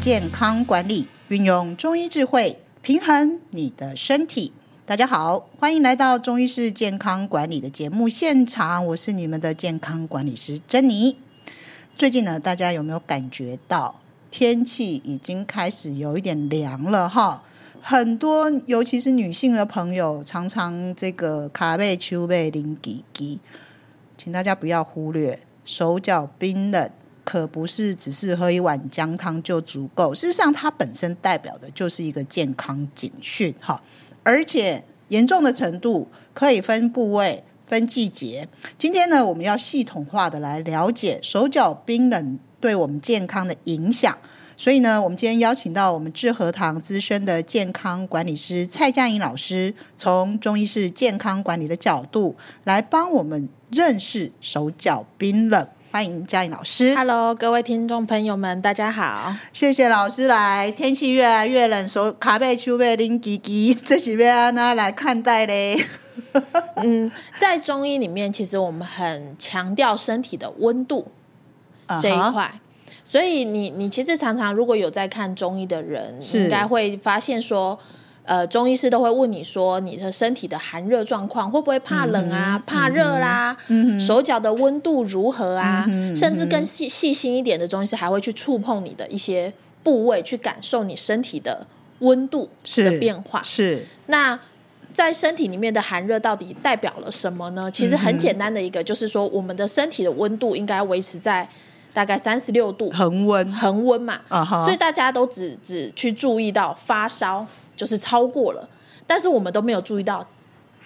健康管理，运用中医智慧，平衡你的身体。大家好，欢迎来到中医式健康管理的节目现场，我是你们的健康管理师珍妮。最近呢，大家有没有感觉到天气已经开始有一点凉了哈？很多，尤其是女性的朋友，常常这个卡背、丘背、零吉吉，请大家不要忽略，手脚冰冷可不是只是喝一碗姜汤就足够。事实上，它本身代表的就是一个健康警讯哈，而且严重的程度可以分部位。分季节，今天呢，我们要系统化的来了解手脚冰冷对我们健康的影响。所以呢，我们今天邀请到我们智和堂资深的健康管理师蔡佳颖老师，从中医式健康管理的角度来帮我们认识手脚冰冷。欢迎佳颖老师， Hello，各位听众朋友们，大家好。谢谢老师来。天气越来越冷，手卡背、丘背、拎吉吉，这是要安那来看待 嘞？嗯，在中医里面，其实我们很强调身体的温度这一啊哈块。所以你你其实常常如果有在看中医的人，是应该会发现说，呃，中医师都会问你说你的身体的寒热状况会不会怕冷啊、嗯怕热啦、手脚的温度如何啊，嗯甚至更细细心一点的中医师还会去触碰你的一些部位，去感受你身体的温度的是变化。是那在身体里面的寒热到底代表了什么呢？其实嗯很简单的一个，就是说我们的身体的温度应该维持在大概三十六度恒温恒温嘛，啊哈，所以大家都只只去注意到发烧就是超过了，但是我们都没有注意到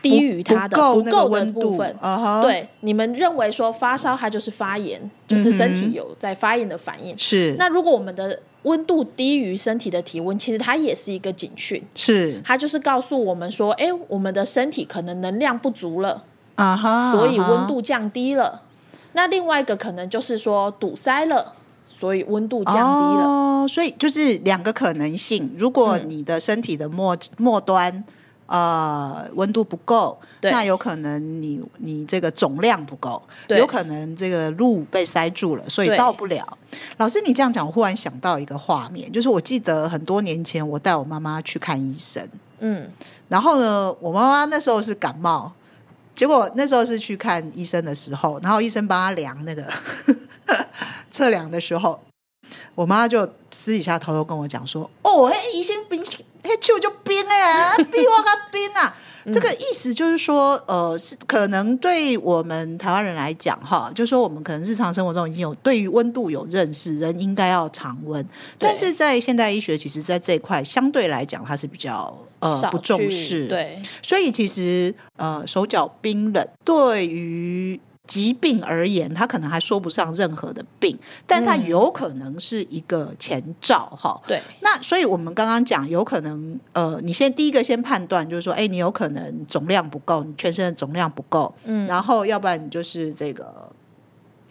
低于它的不够那个不够的温部度分。啊嗯哈，，对，你们认为说发烧它就是发炎，就是身体有在发炎的反应。是那如果我们的温度低于身体的体温，其实它也是一个警讯。是它就是告诉我们说，哎，我们的身体可能能量不足了，啊哈，所以啊哈温度降低了。那另外一个可能就是说堵塞了，所以温度降低了。嗯哦，所以就是两个可能性。如果你的身体的末、末端呃温度不够，对那有可能你你这个总量不够，对有可能这个路被塞住了，所以对到不了。老师，你这样讲，我忽然想到一个画面，就是我记得很多年前我带我妈妈去看医生，嗯，然后呢，我妈妈那时候是感冒，结果那时候是去看医生的时候，然后医生帮她量那个 测量的时候，我妈就私底下偷偷跟我讲说：“哦，嘿，医生冰，嘿，就就冰 哎，冰我个冰啊！”嗯这个意思就是说，呃，是可能对我们台湾人来讲，哈，就说我们可能日常生活中已经有对于温度有认识，人应该要常温，但是在现代医学，其实在这一块相对来讲，它是比较呃少不重去视，，对，所以其实呃，手脚冰冷对于疾病而言，它可能还说不上任何的病，但它有可能是一个前兆哈。对，那所以我们刚刚讲，有可能呃，你先第一个先判断就是说，哎，你有可能总量不够，你全身的总量不够，嗯，然后要不然你就是这个。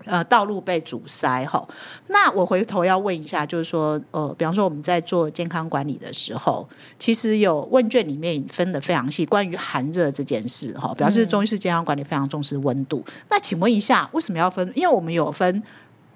呃，道路被阻塞哈，那我回头要问一下，就是说，呃，比方说我们在做健康管理的时候，其实有问卷里面分的非常细，关于寒热这件事嗯哈，表示中医式健康管理非常重视温度。那请问一下，为什么要分？因为我们有分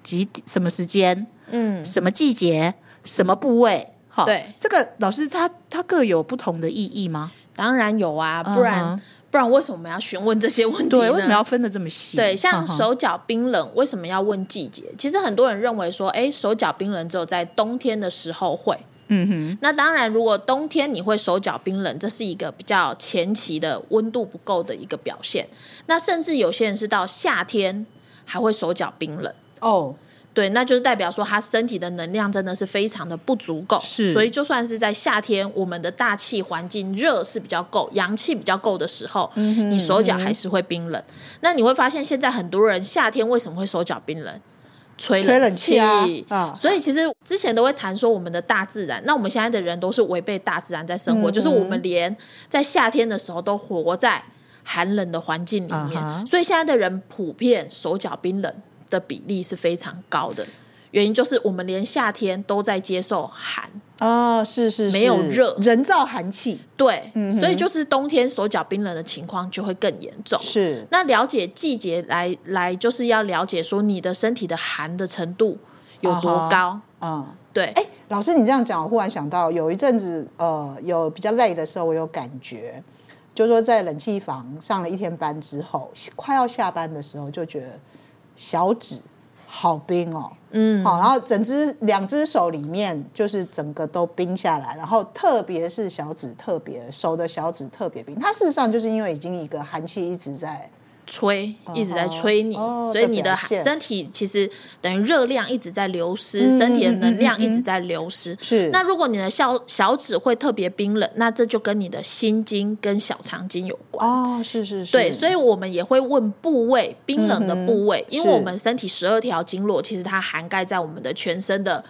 几什么时间、嗯，什么季节、什么部位，哈，对这个老师他他各有不同的意义吗？当然有啊，不然、嗯哼不然为什么我们要询问这些问题呢？对，为什么要分的这么细？对，像嗯哼手脚冰冷，为什么要问季节？其实很多人认为说，哎，手脚冰冷只有在冬天的时候会。嗯哼，那当然，如果冬天你会手脚冰冷，这是一个比较前期的温度不够的一个表现。那甚至有些人是到夏天还会手脚冰冷，哦，对，那就是代表说他身体的能量真的是非常的不足够。是所以就算是在夏天，我们的大气环境热是比较够，阳气比较够的时候，嗯你手脚还是会冰冷。那你会发现，现在很多人夏天为什么会手脚冰冷？吹吹冷气气啊啊所以其实之前都会谈说我们的大自然，那我们现在的人都是违背大自然在生嗯活，就是我们连在夏天的时候都活在寒冷的环境里面，啊哈所以现在的人普遍手脚冰冷的比例是非常高的。原因就是我们连夏天都在接受寒，哦，是是是没有热人造寒气对，嗯所以就是冬天手脚冰冷的情况就会更严重。是那了解季节来来，就是要了解说你的身体的寒的程度有多啊哈高。啊、对，哎，老师，你这样讲，我忽然想到，有一阵子，呃，有比较累的时候，我有感觉，就是说在冷气房上了一天班之后，快要下班的时候，就觉得小指好冰哦，嗯，好，然后整只两只手里面就是整个都冰下来，然后特别是小指特别手的小指特别冰，它事实上就是因为已经一个寒气一直在。吹，一直在哦吹你，哦所以的你的表现身体其实等于热量一直在流失，身体的嗯嗯能量嗯一直在流失。是那如果你的小小指会特别冰冷，那这就跟你的心经跟小肠经有关。哦，是是是，嗯对，所以我们也会问部位冰冷的部位，因为是我们身体十二条经络其实它涵盖在我们的全身的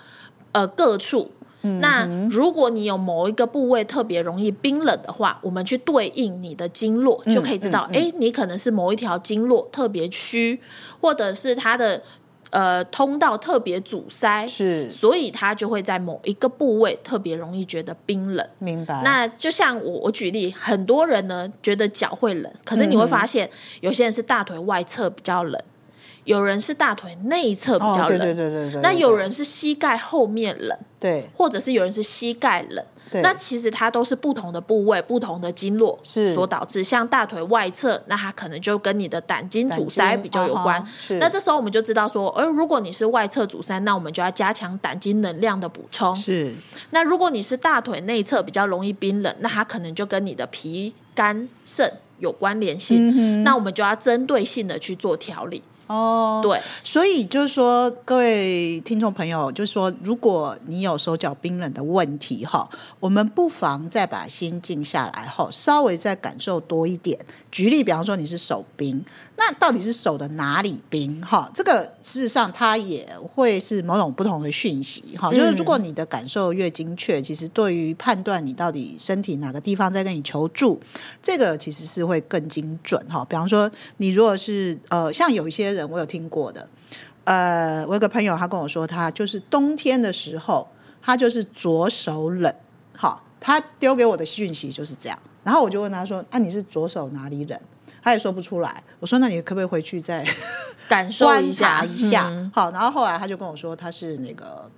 呃各处。嗯那如果你有某一个部位特别容易冰冷的话，我们去对应你的经络，嗯就可以知道，哎、你可能是某一条经络特别虚，或者是它的呃通道特别阻塞，是所以它就会在某一个部位特别容易觉得冰冷。明白。那就像我我举例，很多人呢觉得脚会冷，可是你会发嗯现、有些人是大腿外侧比较冷，有人是大腿内侧比哦较冷，，对对对对对，那对有人是膝盖后面冷，对或者是有人是膝盖冷。对那其实它都是不同的部位、不同的经络是所导致。像大腿外侧，那它可能就跟你的胆经胆阻塞经比较有啊哈关。是那这时候我们就知道说，而如果你是外侧阻塞，那我们就要加强胆经能量的补充。是那如果你是大腿内侧比较容易冰冷，那它可能就跟你的脾、肝、肾有关联嗯性。那我们就要针对性的去做调理。哦，对，所以就是说，各位听众朋友，就是说，如果你有手脚冰冷的问题哈，我们不妨再把心静下来后，稍微再感受多一点。举例，比方说你是手冰，那到底是手的哪里冰哈？这个事实上它也会是某种不同的讯息哈。就是如果你的感受越精确，其实对于判断你到底身体哪个地方在跟你求助，这个其实是会更精准哈。比方说，你如果是呃，像有一些人我有听过的，呃，我有个朋友他跟我说，他就是冬天的时候，他就是左手冷，好，他丢给我的讯息就是这样。然后我就问他说：“啊，你是左手哪里冷？”他也说不出来。我说：“那你可不可以回去再感受观一察下一下？”嗯好，然后后来他就跟我说，他是那个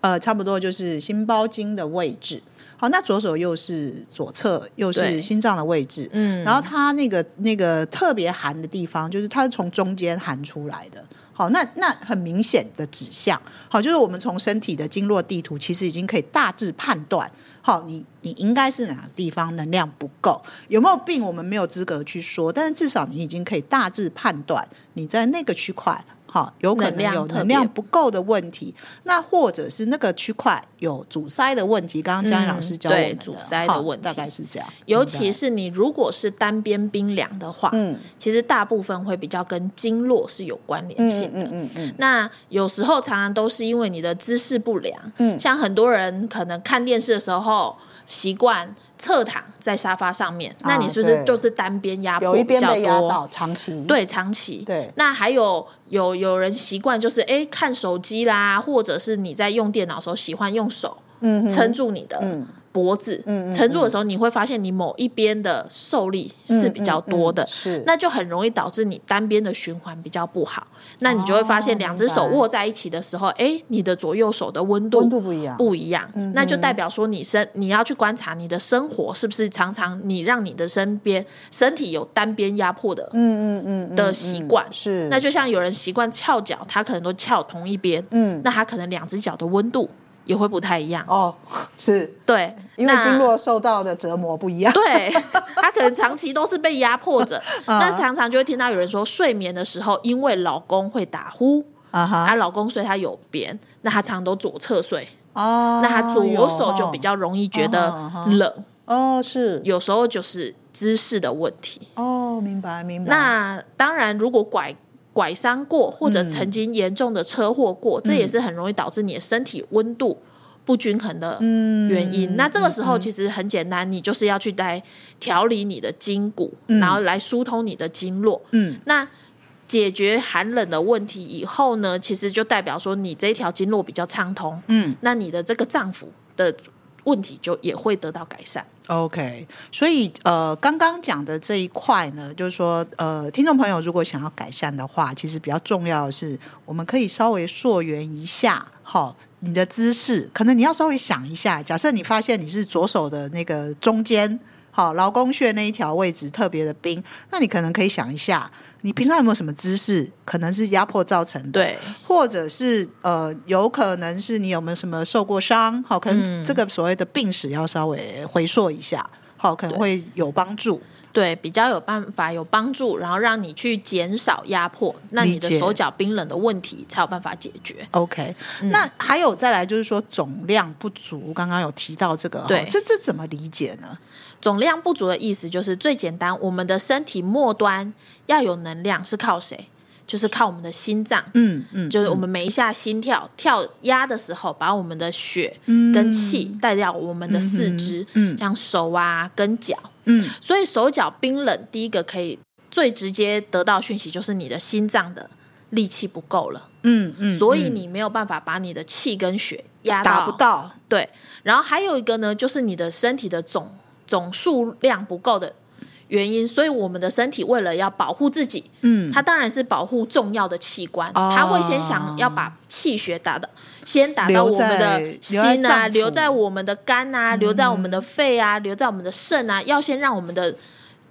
呃，差不多就是心包经的位置。好，那左手又是左侧，又是对心脏的位置。嗯然后它那个那个特别寒的地方，就是它是从中间寒出来的。好，那那很明显的指向，好，就是我们从身体的经络地图，其实已经可以大致判断，好，你你应该是哪个地方能量不够，有没有病，我们没有资格去说，但是至少你已经可以大致判断你在那个区块，好，有可能能量有特别能量不够的问题，那或者是那个区块有阻塞的问题，刚刚江怡老师教我们的、嗯对阻塞的好问题大概是这样，尤明白其是你如果是单边冰凉的话，嗯其实大部分会比较跟经络是有关联嗯性的。嗯嗯嗯，那有时候常常都是因为你的姿势不良，嗯像很多人可能看电视的时候习惯侧躺在沙发上面，那你是不是啊对就是单边压迫有一比边较被压多？到，长期，对，长期对那还有有有人习惯就是哎看手机啦，或者是你在用电脑的时候喜欢用手嗯哼撑住你的脖子，嗯嗯撑住的时候你会发现你某一边的受力是比较多的，嗯嗯嗯是那就很容易导致你单边的循环比较不好。那你就会发哦现两只手明白握在一起的时候，哎，你的左右手的温度温度不一样不一样，嗯那就代表说你身你要去观察你的生活是不是常常你让你的身边身体有单边压迫的嗯嗯嗯嗯的习惯嗯是，那就像有人习惯翘脚，他可能都翘同一边，嗯那他可能两只脚的温度也会不太一样。哦是对，因为那经络受到的折磨不一样，对 他可能长期都是被压 迫着，啊那常常就会听到有人说，睡眠的时候因为老公会打呼，啊哈她老公睡她右边，那她常都左侧睡，哦，那她左手就比有较容易觉得哦哦冷，哦是有时候就是姿势的问题。哦明白明白，那当然，如果拐拐伤过或者曾经严重的车祸嗯过，这也是很容易导致你的身体温度。不均衡的嗯原因，那这个时候其实很简单，你就是要去来调理你的筋骨，然后来疏通你的经络。嗯那解决寒冷的问题以后呢，其实就代表说你这一条经络比较畅通，嗯那你的这个脏腑的问题就也会得到改善。 OK，所以呃刚刚讲的这一块呢，就是说呃听众朋友如果想要改善的话，其实比较重要的是我们可以稍微溯源一下。好，你的姿势，可能你要稍微想一下。假设你发现你是左手的那个中间，好劳宫穴那一条位置特别的冰，那你可能可以想一下，你平常有没有什么姿势可能是压迫造成的？对，或者是呃，有可能是你有没有什么受过伤？好，可嗯能这个所谓的病史要稍微回溯一下，好，可能会有帮助。对，比较有办法有帮助，然后让你去减少压迫，那你的理解手脚冰冷的问题才有办法解决。 OK，、那嗯还有再来就是说总量不足，刚刚有提到这个，哈对这这怎么理解呢？总量不足的意思就是最简单，我们的身体末端要有能量是靠谁？就是靠我们的心脏。嗯嗯，就是我们每一下心跳跳压的时候，把我们的血跟气带到我们的四肢，嗯像手啊跟脚，嗯所以手脚冰冷，第一个可以最直接得到讯息就是你的心脏的力气不够了，嗯嗯，所以嗯你没有办法把你的气跟血压到达不到，对，然后还有一个呢，就是你的身体的总总数量不够的原因，所以我们的身体为了要保护自己，嗯它当然是保护重要的器官，哦它会先想要把气血打到，先打到我们的留在留在心脏啊，腑嗯留在我们的肝啊，留在我们的肺啊，留在我们的肾啊，要先让我们的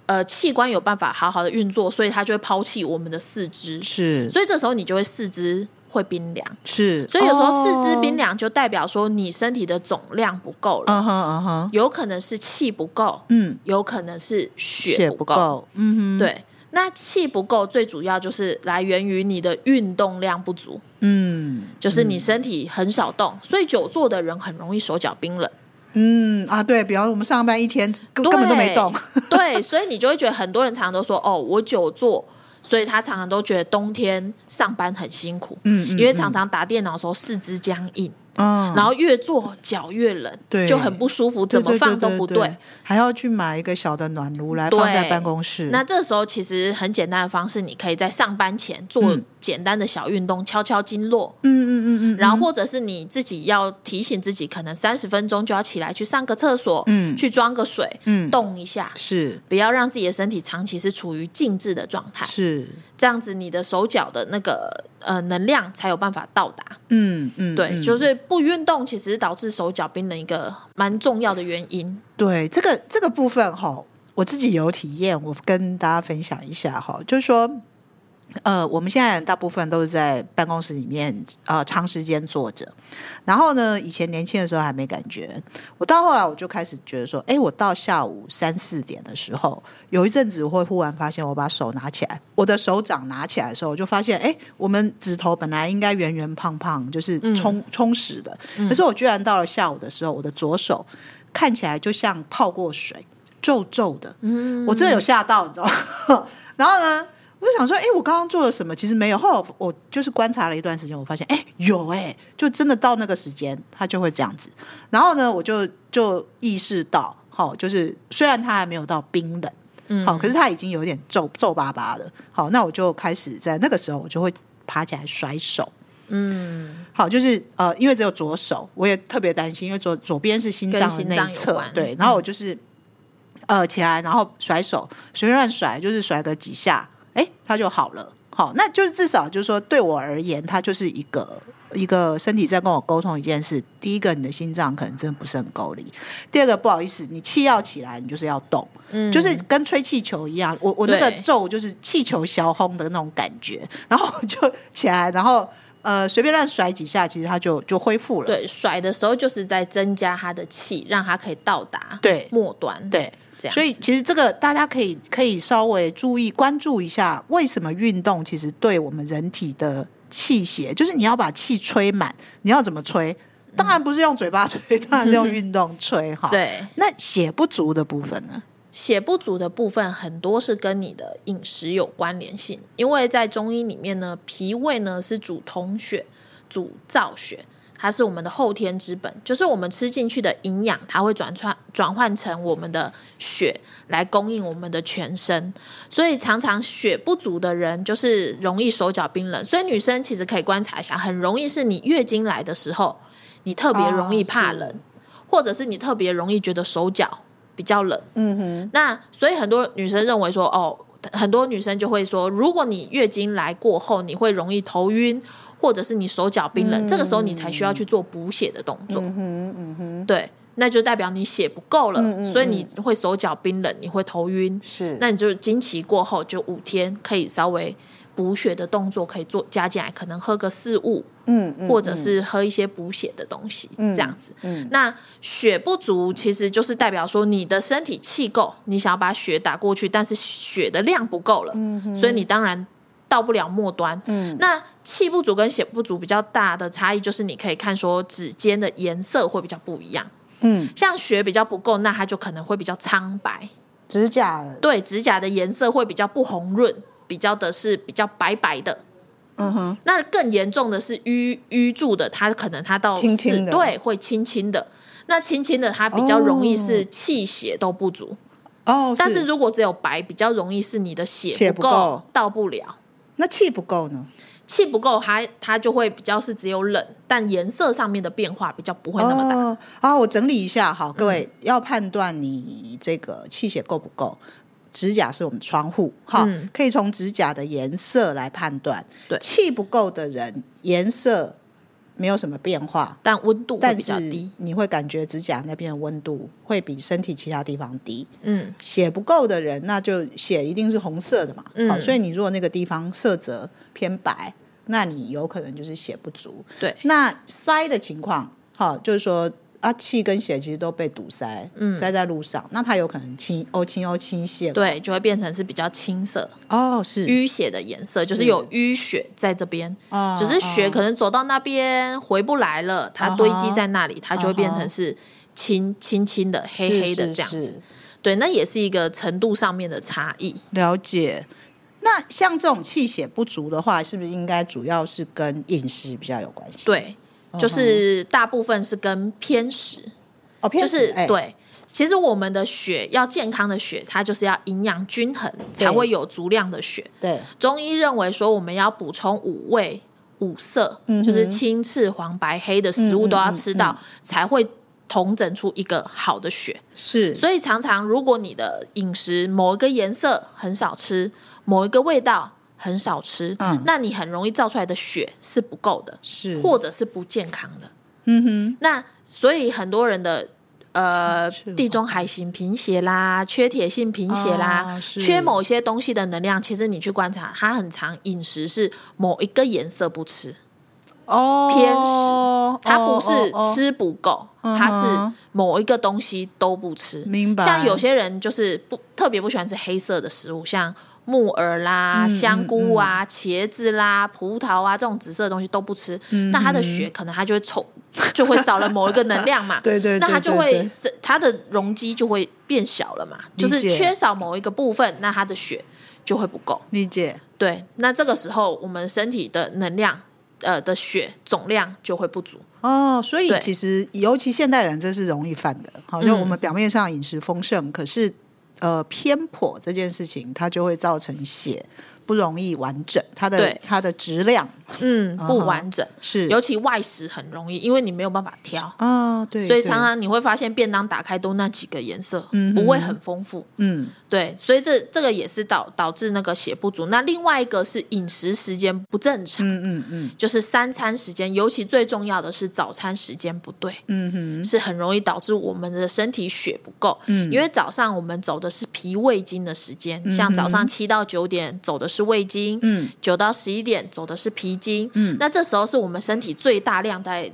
呃器官有办法好好的运作，所以它就会抛弃我们的四肢，是所以这时候你就会四肢会冰凉。是，所以有时候四肢哦冰，凉就代表说你身体的总量不够了，嗯哼嗯哼，有可能是气不够，嗯，有可能是血血不不够。够，嗯哼，对，那气不够最主要就是来源于你的运动量不足，嗯就是你身体很少动，所以久坐的人很容易手脚冰冷。 嗯啊，对，比方我们上班一天根根本都没动，对，所以你就会觉得很多人常常都说哦，我久坐。所以他常常都觉得冬天上班很辛苦，嗯嗯因为常常打电脑的时候四肢僵硬，嗯，然后越坐脚越冷，对就很不舒服，怎么对对放对都对不对还要去买一个小的暖炉来放在对办公室，那这时候其实很简单的方式，你可以在上班前做嗯简单的小运动，敲敲经络，嗯嗯嗯嗯，然后或者是你自己要提醒自己，可能三十分钟就要起来去上个厕所，嗯去装个水，嗯动一下。是不要让自己的身体长期是处于静置的状态，是，这样子你的手脚的那个呃能量才有办法到达。嗯嗯，对，嗯就是不运动，其实导致手脚冰冷一个蛮重要的原因。对这个这个部分哈，我自己有体验，我跟大家分享一下哈，就是说，呃，我们现在大部分都是在办公室里面呃长时间坐着，然后呢，以前年轻的时候还没感觉，我到后来我就开始觉得说，哎，我到下午三四点的时候，有一阵子我会忽然发现，我把手拿起来，我的手掌拿起来的时候，我就发现，哎，我们指头本来应该圆圆胖胖，就是充、充实的，可是我居然到了下午的时候，我的左手看起来就像泡过水，皱皱的，我真的有吓到，你知道吗？ 然后呢，我就想说，哎、我刚刚做了什么？其实没有。后来我我就是观察了一段时间，我发现，哎、有哎、诶就真的到那个时间，它就会这样子。然后呢，我就就意识到，好、就是虽然它还没有到冰冷，嗯好、可是它已经有点皱皱巴巴了。好，那我就开始在那个时候，我就会爬起来甩手。嗯，好，就是呃，因为只有左手，我也特别担心，因为左左边是心脏的跟心那脏一有侧关，对，然后我就是。呃起来，然后甩手，随便乱甩，就是甩个几下，哎，它就好了。好，那就是至少就是说，对我而言，它就是一个一个身体在跟我沟通一件事。第一个，你的心脏可能真的不是很够力；第二个，不好意思，你气要起来，你就是要动，嗯就是跟吹气球一样。我我那个对皱就是气球小轰的那种感觉，然后我就起来，然后呃随便乱甩几下，其实它就就恢复了。对，甩的时候就是在增加它的气，让它可以到达对末端。对，这样子。所以其实这个大家可以可以稍微注意关注一下，为什么运动其实对我们人体的气血，就是你要把气吹满，你要怎么吹？当然不是用嘴巴吹，当然是用运动吹哈。，对那血不足的部分呢？血不足的部分，很多是跟你的饮食有关联性，因为在中医里面呢，脾胃呢是主统血、主造血。它是我们的后天之本，就是我们吃进去的营养，它会转换转换成我们的血来供应我们的全身。所以常常血不足的人，就是容易手脚冰冷。所以女生其实可以观察一下，很容易是你月经来的时候，你特别容易怕冷，或者是你特别容易觉得手脚比较冷。嗯哼，那所以很多女生认为说，哦，很多女生就会说，如果你月经来过后，你会容易头晕、或者是你手脚冰冷，这个时候你才需要去做补血的动作。嗯嗯哼，对，那就代表你血不够了，嗯嗯所以你会手脚冰冷，你会头晕。是。那你就经期过后就五天，可以稍微补血的动作可以做加进来，可能喝个四物，嗯嗯，或者是喝一些补血的东西，这样子。嗯那血不足其实就是代表说你的身体气够，你想要把血打过去，但是血的量不够了，所以你当然到不了末端。嗯那气不足跟血不足比较大的差异就是，你可以看说指尖的颜色会比较不一样。嗯，像血比较不够，那它就可能会比较苍白，指甲对，指甲的颜色会比较不红润，比较的是比较白白的。嗯哼，那更严重的是淤淤住的，它可能它到青青四的对会青青的。那青青的它比较容易哦是气血都不足，哦，但是如果只有白，比较容易是你的血血不不够够到不了。那气不够呢？气不够，它它就会比较是只有冷，但颜色上面的变化比较不会那么大。嗯哦，啊，我整理一下，好，各位、要判断你这个气血够不够。指甲是我们窗户，哈，嗯可以从指甲的颜色来判断。对气不够的人，颜色没有什么变化，但温度会但比较低是，你会感觉指甲那边的温度会比身体其他地方低。嗯，血不够的人，那就血一定是红色的嘛。嗯好，所以你如果那个地方色泽偏白，那你有可能就是血不足。对，那塞的情况，好，就是说啊，气跟血其实都被堵塞，嗯塞在路上，那它有可能清哦清哦清血。对，就会变成是比较青色哦，是，淤血的颜色，就是是有淤血在这边，哦只是血哦可能走到那边回不来了，啊它哈堆积在那里，它就会变啊哈成是青青青的、黑黑的是这样是子是。对，那也是一个程度上面的差异。了解。那像这种气血不足的话，是不是应该主要是跟饮食比较有关系？对，就是大部分是跟偏食，哦，偏就食是、哎对。其实我们的血要健康的血，它就是要营养均衡，才会有足量的血。对，中医认为说，我们要补充五味五色，嗯就是青、赤、黄、白、黑的食物都要吃到，才会统整出一个好的血。是，所以常常，如果你的饮食某一个颜色很少吃，某一个味道很少吃，嗯那你很容易造出来的血是不够的，是或者是不健康的。嗯哼，那所以很多人的呃是地中海型贫血啦，缺铁性贫血啦，哦是缺某些东西的能量，其实你去观察，它很常饮食是某一个颜色不吃，哦，偏食它不哦哦是哦吃不够，嗯哼它是某一个东西都不吃。明白像有些人就是不特别不喜欢吃黑色的食物，像木耳啦、嗯。香菇啊、茄子啦、葡萄啊这种紫色的东西都不吃，那他的血可能他就会丑， 就会少了某一个能量嘛嗯 对对对那它就对会对是它的容积就会变小了嘛，理就解是缺少某一个部分，那它的血就会不够。理解。对，那这个时候我们身体的能量，呃的血总量就会不足。哦，所以对嗯其实尤其现代人，这是容易犯的。好，就我们表面上饮食丰盛，可是呃偏颇这件事情，它就会造成血不容易完整，它的对它的质量嗯，不完整，啊是尤其外食很容易，因为你没有办法挑，啊、哦，对，所以对常常你会发现便当打开都那几个颜色，嗯哼不会很丰富。嗯对，所以这这个也是导导致那个血不足。那另外一个是饮食时间不正常，嗯嗯嗯就是三餐时间，尤其最重要的是早餐时间不对，嗯哼，是很容易导致我们的身体血不够。嗯因为早上我们走的是脾胃经的时间，哼像早上七到九点走的是胃经，嗯九到十一点走的是脾经，嗯那这时候是我们身体最大量在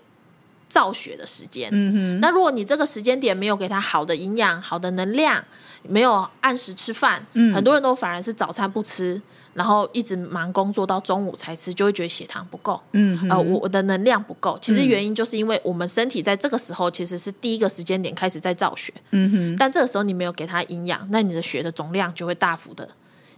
造血的时间。嗯哼，那如果你这个时间点没有给他好的营养、好的能量，没有按时吃饭，嗯很多人都反而是早餐不吃，然后一直忙工作到中午才吃，就会觉得血糖不够，嗯哼呃，我我的能量不够。其实原因就是因为我们身体在这个时候其实是第一个时间点开始在造血，嗯哼但这个时候你没有给他营养，那你的血的总量就会大幅的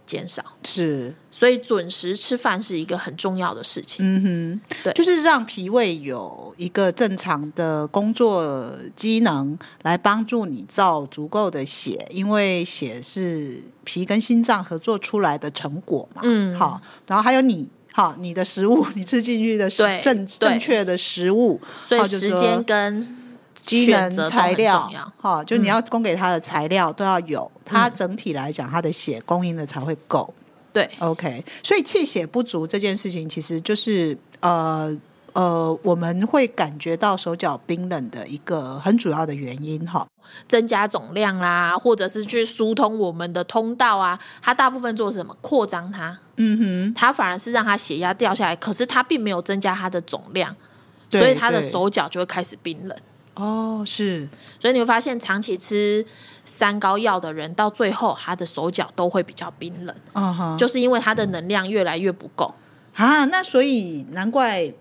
减少。是所以准时吃饭是一个很重要的事情。嗯哼，对就是让脾胃有一个正常的工作机能，来帮助你造足够的血，因为血是脾跟心脏合作出来的成果嘛。嗯好，然后还有你。好，你的食物， 你吃进去的食对正对正确的食物，所以好就是时说间跟机选能择都材很料重要，嗯哈、就你要供给他的材料都要有，他整体来讲，他的血供应的才会够。对， OK，所以气血不足这件事情，其实就是呃呃，我们会感觉到手脚冰冷的一个很主要的原因哈。增加总量啦，或者是去疏通我们的通道啊，它大部分做什么？扩张它，嗯它反而是让它血压掉下来，可是它并没有增加它的总量，对所以它的对手脚就会开始冰冷。哼，哦，是所以你会发现，长期吃三高药的人，到最后他的手脚都会比较冰冷，啊哈，就是因为他的能量越来越不够。啊，那所以难怪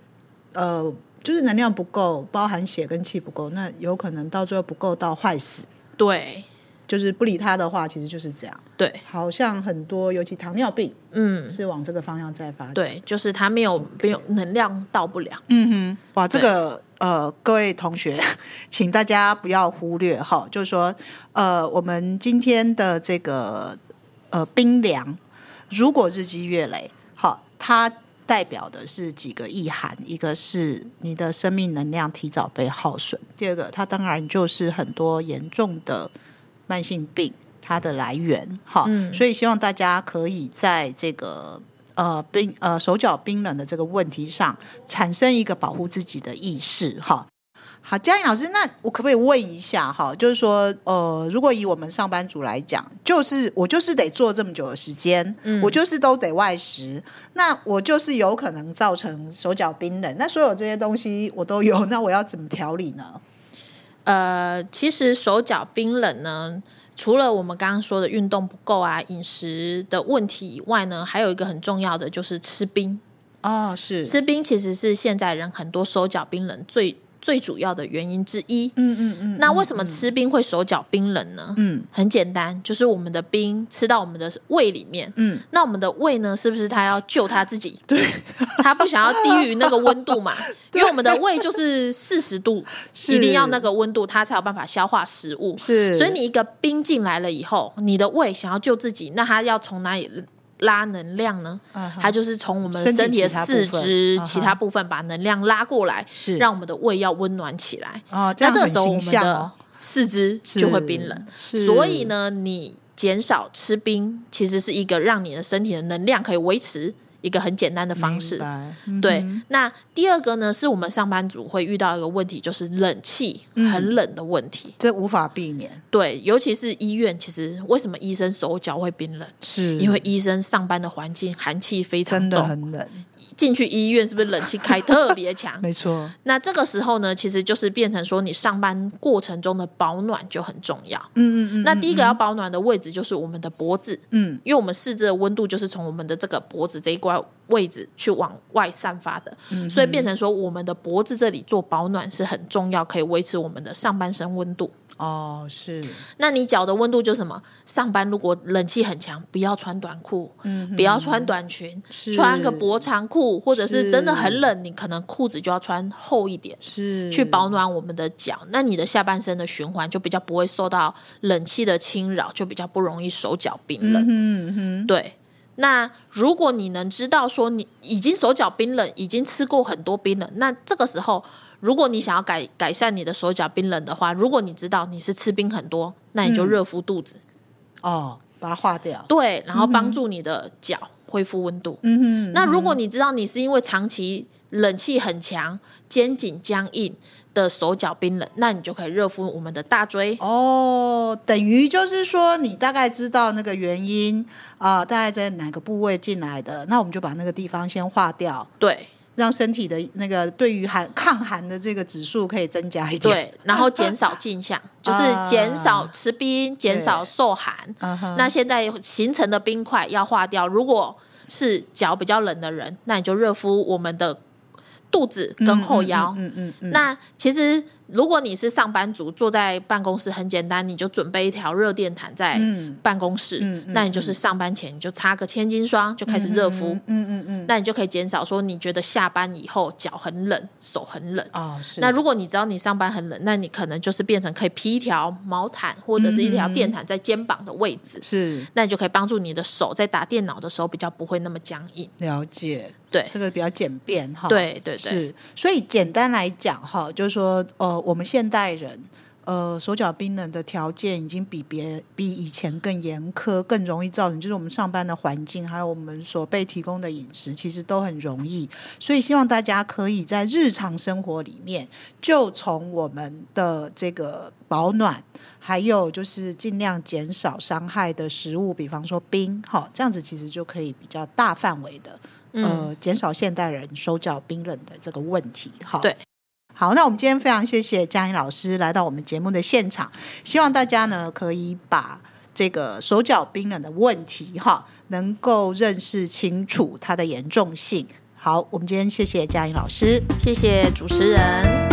呃，就是能量不够，包含血跟气不够，那有可能到最后不够到坏死，对就是不理他的话，其实就是这样。对，好像很多，尤其糖尿病嗯，是往这个方向在发展。对，就是他没有没有能量到不了。嗯哼，哇，这对个呃，各位同学， 请大家不要忽略哈，就是说，呃，我们今天的这个呃冰凉，如果日积月累，好，它代表的是几个意涵，一个是你的生命能量提早被耗损，第二个，它当然就是很多严重的慢性病它的来源哈，嗯所以希望大家可以在这个呃冰呃手脚冰冷的这个问题上，产生一个保护自己的意识哈。好，嘉颖老师，那我可不可以问一下哈？就是说，呃，如果以我们上班族来讲，就是我就是得做这么久的时间，嗯我就是都得外食，那我就是有可能造成手脚冰冷。那所有这些东西我都有，那我要怎么调理呢？呃，其实手脚冰冷呢，除了我们刚刚说的运动不够啊、饮食的问题以外呢，还有一个很重要的就是吃冰。哦，是，吃冰其实是现在人很多手脚冰冷最最主要的原因之一。嗯嗯嗯，那为什么吃冰会手脚冰冷呢？嗯很简单，就是我们的冰吃到我们的胃里面，嗯，那我们的胃呢，是不是它要救它 自己？对，它不想要低于那个温度嘛，因为我们的胃就是四十度，是一定要那个温度，它才有办法消化食物。是，所以你一个冰进来了以后，你的胃想要救自己，那它要从哪里拉能量呢？嗯哼它就是从我们身体身体的其他部分四肢嗯哼其他部分把能量拉过来，是让我们的胃要温暖起来。哦，这样那这个很时候我形们象的哦，四肢就会冰冷。是所以，呢，你减少吃冰，其实是一个让你的身体的能量可以维持一个很简单的方式明。白嗯对，那第二个呢，是我们上班族会遇到一个问题，就是冷气嗯很冷的问题。这无法避免，对，尤其是医院，其实为什么医生手脚会冰冷？是因为医生上班的环境寒气非常真的重，很冷，进去医院是不是冷气开特别强？ 没错，那这个时候呢，其实就是变成说你上班过程中的保暖就很重要。嗯嗯嗯那第一个要保暖的位置就是我们的脖子，嗯，因为我们四肢的温度就是从我们的这个脖子这一块位置去往外散发的，嗯所以变成说我们的脖子这里做保暖是很重要，可以维持我们的上半身温度。哦，是那你脚的温度就是什么？上班如果冷气很强，不要穿短裤，不要穿短裙，嗯是穿个薄长裤，或者是真的是很冷，你可能裤子就要穿厚一点。是去保暖我们的脚，那你的下半身的循环就比较不会受到冷气的侵扰，就比较不容易手脚冰冷。嗯哼，对，那如果你能知道说你已经手脚冰冷，已经吃过很多冰冷，那这个时候如果你想要改改善你的手脚冰冷的话，如果你知道你是吃冰很多，那嗯你就热敷肚子，哦，把它化掉，对，然后帮助你的脚恢复温度。嗯哼，那如果你知道你是因为长期冷气很强、肩颈僵硬的手脚冰冷，那你就可以热敷我们的大椎。哦，等于就是说你大概知道那个原因啊、大概在哪个部位进来的，那我们就把那个地方先化掉。对让身体的那个对于寒抗寒的这个指数可以增加一点。对，然后减少进项，就是啊减少吃冰，减少受寒。嗯哼，那现在形成的冰块要化掉，如果是脚比较冷的人，那你就热敷我们的肚子跟后腰。嗯嗯嗯嗯，那其实如果你是上班族，坐在办公室很简单，你就准备一条热电毯在嗯办公室，嗯嗯那你就是上班前你就擦个千金霜就开始热敷，嗯嗯嗯，那你就可以减少说你觉得下班以后脚很冷、手很冷。哦是，那如果你知道你上班很冷，那你可能就是变成可以披一条毛毯或者是一条电毯在肩膀的位置，是那你就可以帮助你的手在打电脑的时候比较不会那么僵硬。了解，对这个比较简便哈。对对对，是，所以简单来讲哈，就是说，呃，我们现代人呃手脚冰冷的条件已经比别比以前更严苛，更容易造成就是我们上班的环境，还有我们所被提供的饮食，其实都很容易。所以希望大家可以在日常生活里面，就从我们的这个保暖，还有就是尽量减少伤害的食物，比方说冰，好，这样子其实就可以比较大范围的。呃，减少现代人手脚冰冷的这个问题。好，对，好，那我们今天非常谢谢嘉颖老师来到我们节目的现场，希望大家呢可以把这个手脚冰冷的问题哈，能够认识清楚它的严重性。好，我们今天谢谢嘉颖老师。谢谢主持人。